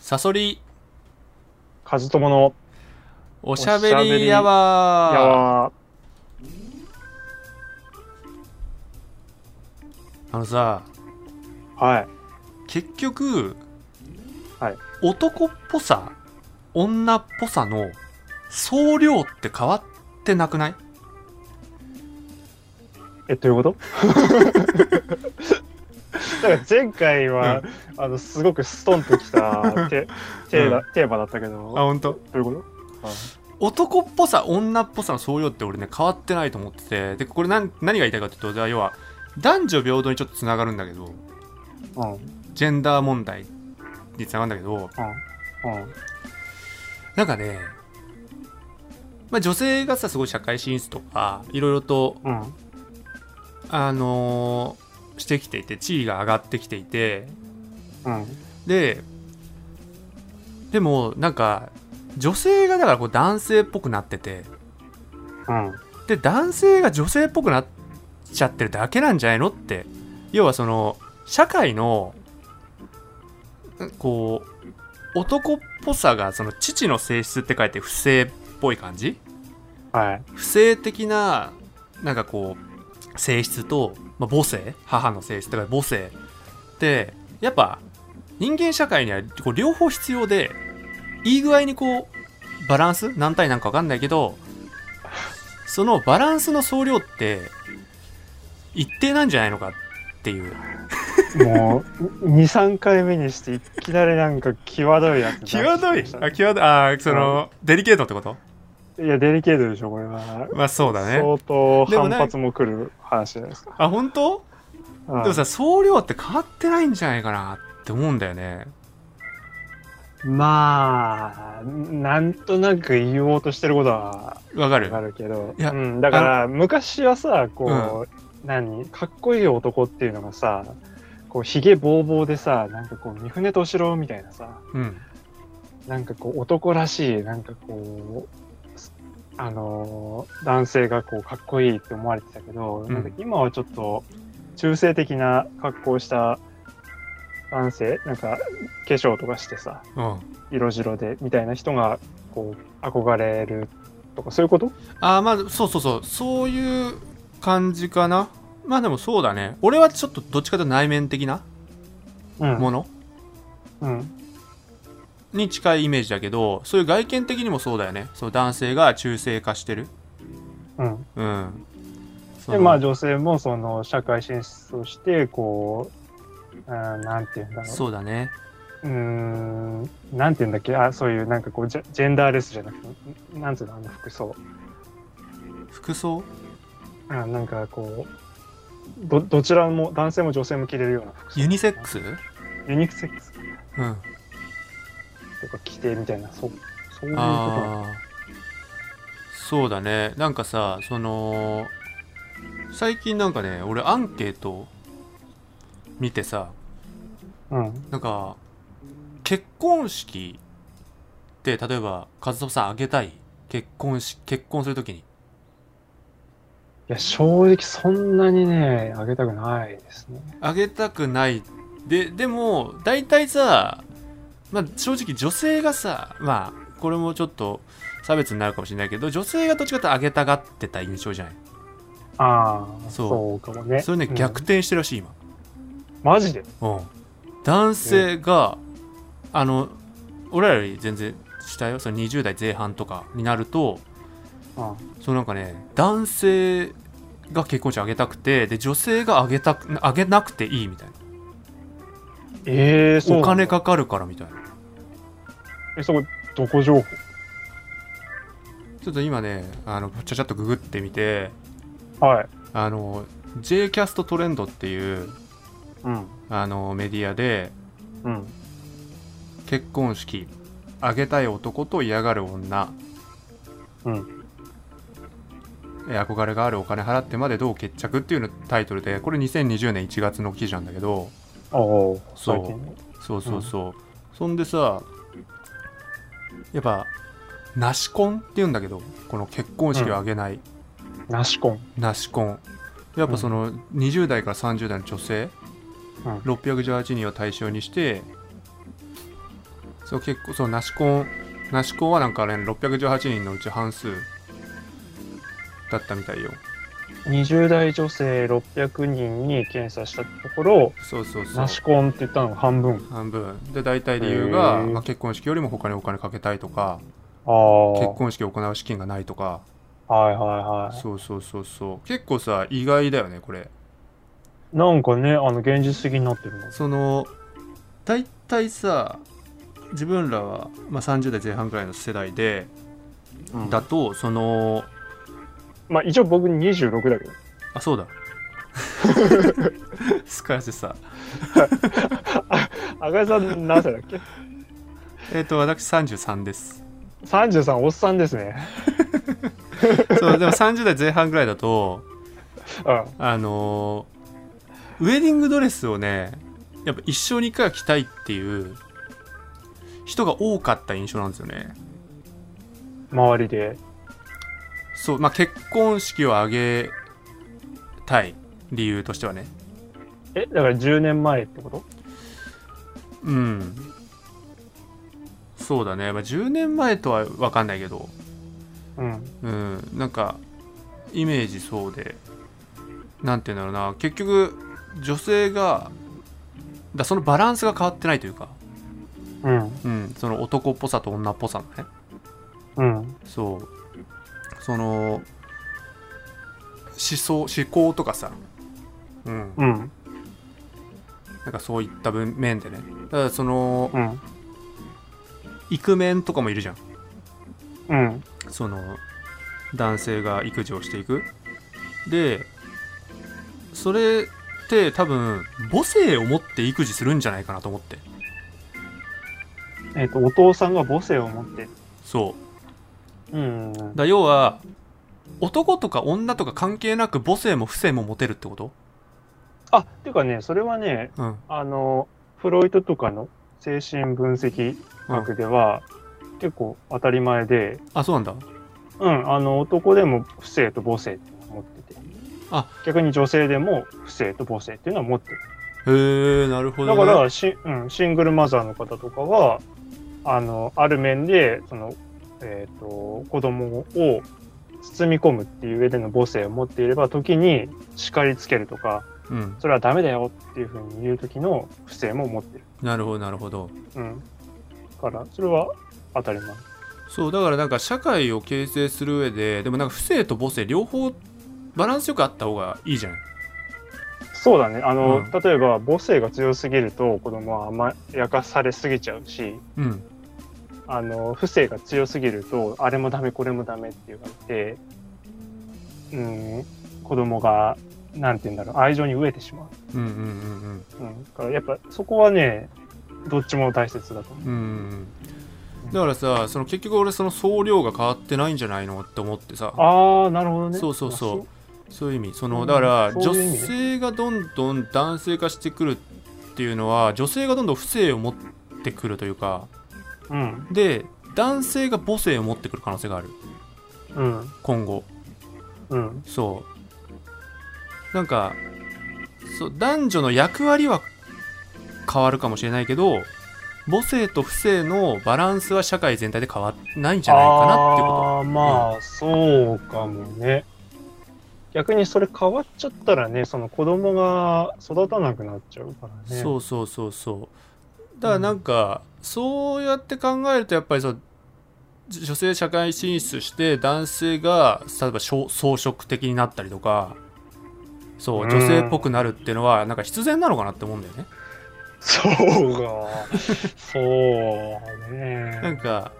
サソリカズトモのおしゃべりやわやあのさーはい結局、はい男っぽさ女っぽさの総量って変わってなくないえどういうこと だから前回は、あのすごくストンとき たテテーマ、テーマだったけどど本当ういうこと男っぽさ女っぽさの総量って俺ね変わってないと思っててでこれ何何が言いたいかというとじゃあ要は男女平等にちょっとつながるんだけどうんジェンダー問題につながるんだけどうんうんなんかね、まあ、女性がさすごい社会進出とかいろいろとうんあのーしてきていて地位が上がってきていてうんででもなんか女性がだからこう男性っぽくなっててうんで男性が女性っぽくなっちゃってるだけなんじゃないのって要はその社会のんこう男っぽさがその父の性質って書いて不正っぽい感じはい不正的ななんかこう性質と、まあ、母性母の性質とか母性ってやっぱ人間社会にはこう両方必要でいい具合にこうバランス何対何か分かんないけどそのバランスの総量って一定なんじゃないのかっていうもう23回目にしていきなりなんか際どいやつ出してきましたね際どいあそのデリケートってこといやデリケートでしょこれはまあそうだね相当でも反ね発も来る話じゃないですか。あ本当うんでもさ総量って変わってないんじゃないかなって思うんだよねまあなんとなく言おうとしてることはわかわるかるけど、いやうん、だから昔はさこう、何かっこいい男っていうのがさこうひげぼうぼうでさなんかこう三船敏郎みたいなさうんなんかこう男らしいなんかこうすあのー男性がこうかっこいいって思われてたけど、うんなんか今はちょっと中性的な格好をした男性なんか化粧とかしてさうん色白でみたいな人がこう憧れるとかそういうことあーまあそうそうそうそういう感じかなまあでもそうだね俺はちょっとどっちかというと内面的なうんものうんに近いイメージだけどそういう外見的にもそうだよねその男性が中性化してるうんうんそでのまあ女性もその社会進出をしてこう、うん、なんていうんだろうそうだねうーん、なんていうんだっけ、あ、そういうなんかこうジェジェンダーレスじゃなくて、んなんつうの、あの服装、服装あ、なんかこう。ど、どちらも男性も女性も着れるような服装。ユニセックスユニセックスうんあとか着てみたいな、そう、そういうことなあの。ーそうだねなんかさその最近なんかね俺アンケート見てさうん、なんか結婚式って例えば和夫さんあげたい結婚し結婚するときにいや、正直そんなにね、あげたくないですね。あげたくないででも大体さ、まあ、正直女性がさまあこれもちょっと差別になるかもしれないけど女性がどっちかっていうとあげたがってた印象じゃないああ、そうそうかもね。それね、うん逆。転してるらしい今マジで。うん、男性が、あの俺らより全然下よその20代前半とかになるとうん、そうなんかね男性が結婚式あげたくてで女性があげたくあげなくていいみたいなええそうおなん金。だかかるからみたいなえ、そこ、どこ情報。ちょっと今ねあのちゃちゃっとググってみてはい。あの J キャストトレンドっていううん。あのメディアでうん。結婚式あげたい男と嫌がる女うん。えー憧れがあるお金払ってまでどう決着っていうのタイトルでこれ2020年1月の記事なんだけどおお。そう最近ねそうそうそう、そんでさやっぱなし婚っていうんだけどこの結婚式を挙げない、ナシコン。なし婚やっぱその20代から30代の女性、うん618人を対象にしてそう結構そうナシコンナシコンはなんかね618人のうち半数だったみたいよ20代女性600人に検査したところ、そうそうそうナシコンって言ったのが半分。半分で大体理由が、へーまあ、結婚式よりも他にお金かけたいとかあ結あ。婚式を行う資金がないとかはいはいはそうそうそうそう結構さ意外だよねこれい。なんかね、あの、現実的になってるその大体さ自分らは、まあ、30代前半ぐらいの世代で、の。だとそのまあ、一応僕26だけど。あそうだ すっかりしてさ赤井さん何歳だっけえっ、と私33です ?33 おっさんですね。そうでも30代前半ぐらいだとうん。あのーウェディングドレスをねやっぱ一生に一回は着たいっていう人が多かった印象なんですよね周りで。そうまあ結婚式を挙げたい理由としてはねえ、だから10年前ってことうんそうだね、まあ、10年前とは分かんないけどうん。うんなんかイメージそうでなんて言うんだろうな結局女性がだそのバランスが変わってないというか、うん。うん、その男っぽさと女っぽさのねうん。そうその思想思考とかさ、うん、うん。なんかそういった文面でねだからそのうん。イクメンとかもいるじゃんうん。その男性が育児をしていくでそれって多分母性を持って育児するんじゃないかなと思ってえっ、と、お父さんが母性を持って。そうん。うだ要は男とか女とか関係なく母性も不性も持てるってことあ、てかね、それはね、うんあの、フロイトとかの精神分析学では、結構当たり前で、あそうなんだうん、あの、男でも不正と母性っていうのを持ってて。あ逆に女性でも不正と母性っていうのは持ってる。へえなるほど、だね、からし、うん、シングルマザーの方とかはあのある面でその、えー、と子供を包み込むっていう上での母性を持っていれば時に叱りつけるとかうんそれはダメだよっていうふうに言う時の不正も持ってる、なるほどなるほどうん、だからそれは当たり前そうだからなんか社会を形成する上ででもなんか不性と母性両方バランスよくあった方がいいじゃんそうだねあの、うん例えば母性が強すぎると子供は甘やかされすぎちゃうしうんあの不正が強すぎるとあれもダメこれもダメっていうのがあって、うん、子供がなんて言うんだろう愛情に飢えてしまうんうんうんうんう、うん、だからやっぱそこはねどっちも大切だと思うんだからさその結局俺その総量が変わってないんじゃないのって思ってさうああなるほどねそうそうそうあそういう意味そうのんだからそ女ういう意味性がどんどん男性化してくるっていうのは女性がどんどん不正を持ってくるというかううんで男性が母性を持ってくる可能性があるうん今後うんそうなんかそう男女の役割は変わるかもしれないけど母性と不正のバランスは社会全体で変わらないんじゃないかなっていうことああーまあ、そうかもね逆にそれ変わっちゃったらねその子供が育たなくなっちゃうからねそうそうそうそうだからなんか、そうやって考えるとやっぱりそうじ女性社会進出して男性が例えばしょ装飾的になったりとかそううん女性っぽくなるっていうのはなんか必然なのかなって思うんだよね、そうかそうね なんか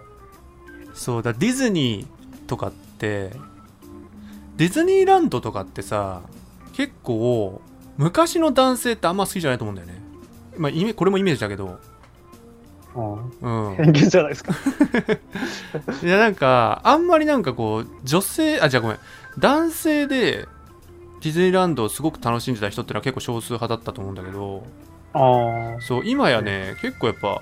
そうだディズニーとかってディズニーランドとかってさ結構昔の男性ってあんま好きじゃないと思うんだよねまあイメこれもイメージだけどうん うん偏見じゃないですか。いやなんかあんまりなんかこう女性あじゃあごめん男性でディズニーランドをすごく楽しんでた人ってのは結構少数派だったと思うんだけどあそう今やね結構やっぱ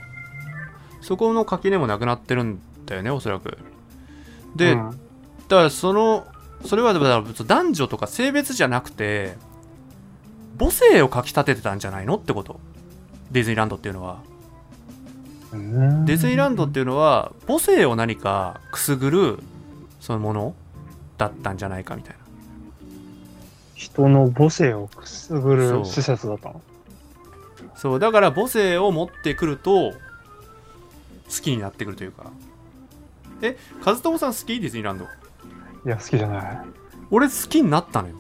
そこの垣根もなくなってるんだよねおそらくで、うん、だからそのそれはだから男女とか性別じゃなくて母性をかきたててたんじゃないのってことディズニーランドっていうのはディズニーランドっでていうのは母性を何かくすぐるそのものだったんじゃないかみたいな人の母性をくすぐそうる施設だったのそうだから母性を持ってくると好きになってくるというかえ和友さん好きディズニーランドいや好きじゃない俺好きになったのよ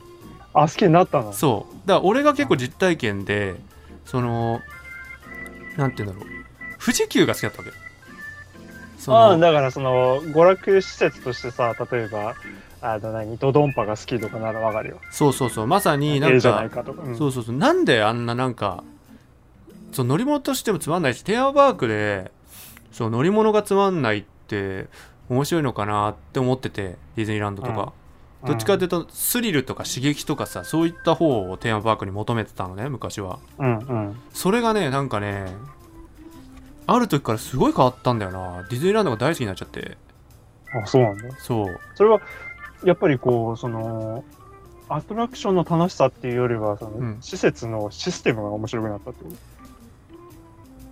あ好きになったのそうだから俺が結構実体験でそのなんて言うんだろう富士急が好きだったわけよそああのだからその娯楽施設としてさ例えばあの何ドドンパが好きとかならわかるよそうそうそうまさになええんじゃなかいかとか、うんそうそうそうなんであんななんかそう乗り物としてもつまんないしテーマパークでそう乗り物がつまんないって面白いのかなって思っててディズニーランドとか、うんどっちかというとスリルとか刺激とかさそういった方をテーマパークに求めてたのね昔はうんうんそれがねなんかねある時からすごい変わったんだよなディズニーランドが大好きになっちゃってあそうなんだそうそれはやっぱりこうそのアトラクションの楽しさっていうよりはその、うん施設のシステムが面白くなったってこと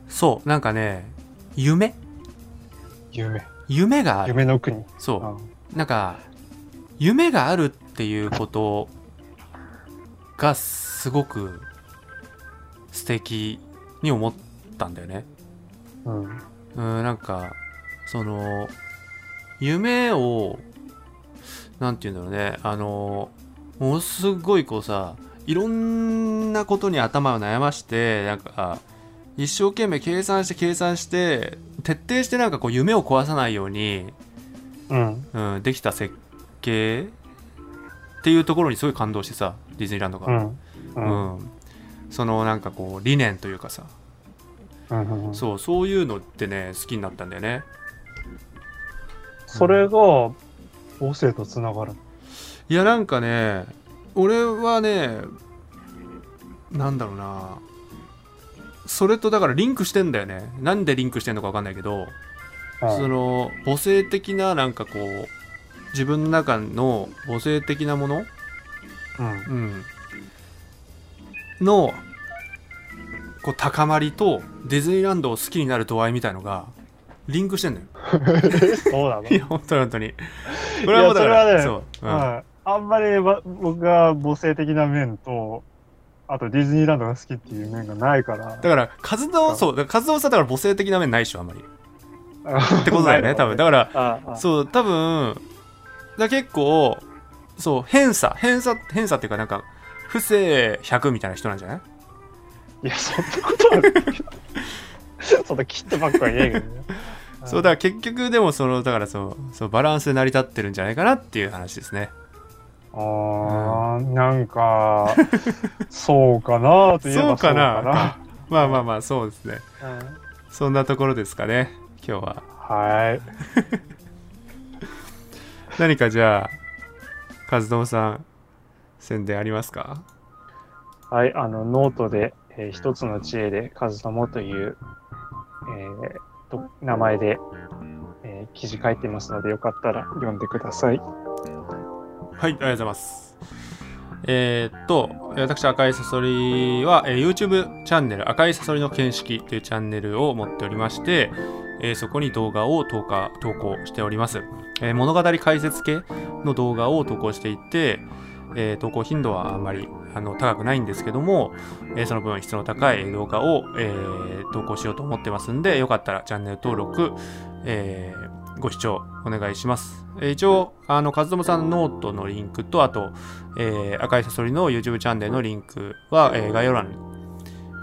そうなんかね夢夢夢がある夢の国そうあなんか夢があるっていうことがすごく素敵に思ったんだよね。うんうんなんかその夢をなんて言うんだろうねあのものすごいこうさいろんなことに頭を悩ましてなんか一生懸命計算して計算して徹底してなんかこう夢を壊さないようにうんうん、できた設計っていうところにすごい感動してさディズニーランドうが、んうんうんそのなんかこう理念というかさ、うんうんそうそういうのってね好きになったんだよねそれが母性とつながるいやなんかね俺はねなんだろうなそれとだからリンクしてんだよねなんでリンクしてんのか分かんないけど、うんその母性的ななんかこう自分の中の母性的なものうんうん、のこう高まりとディズニーランドを好きになる度合いみたいのがリンクしてんのよ。 そうなのいや本当に本当に。これはもうだからそれはねそう、うんはい、あんまりば僕が母性的な面とあとディズニーランドが好きっていう面がないからだから活動そうだから活動さんだから母性的な面ないでしょあんまり。ってこと だよね多分。だからああそう多分だから結構そう偏差偏差偏差っていうかなんか不正100みたいな人なんじゃないいやそんなことはない そんな切ってばっかり言えんけどね そうだから結局でもそのだからそうそうバランスで成り立ってるんじゃないかなっていう話ですね。あー、なんかそうかなといえばそうかなまあまあまあそうですねうんそんなところですかね今日ははい何かじゃあ和友さん宣伝ありますかはい、あの、ノートで、えー一つの知恵で、カズトモという、えーと名前で、えー記事書いてますので、よかったら読んでください。はいありがとうございますえーっと私赤いサソリは、えー YouTube チャンネル赤いサソリの見識というチャンネルを持っておりまして、えーそこに動画を投下投稿しております、えー物語解説系の動画を投稿していて、えー投稿頻度はあんまりあの高くないんですけども、えーその分質の高い動画を、えー投稿しようと思ってますんでよかったらチャンネル登録、えーご視聴お願いします、えー一応あの和友さんのノートのリンクとあと、えー赤いサソリの YouTube チャンネルのリンクは、えー概要欄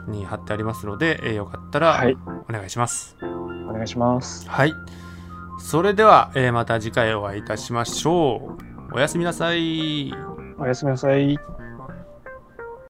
に貼ってありますので、えーよかったらはい、お願いします、お願いします。はい。それでは、えーまた次回お会いいたしましょう。おやすみなさい。おやすみなさい。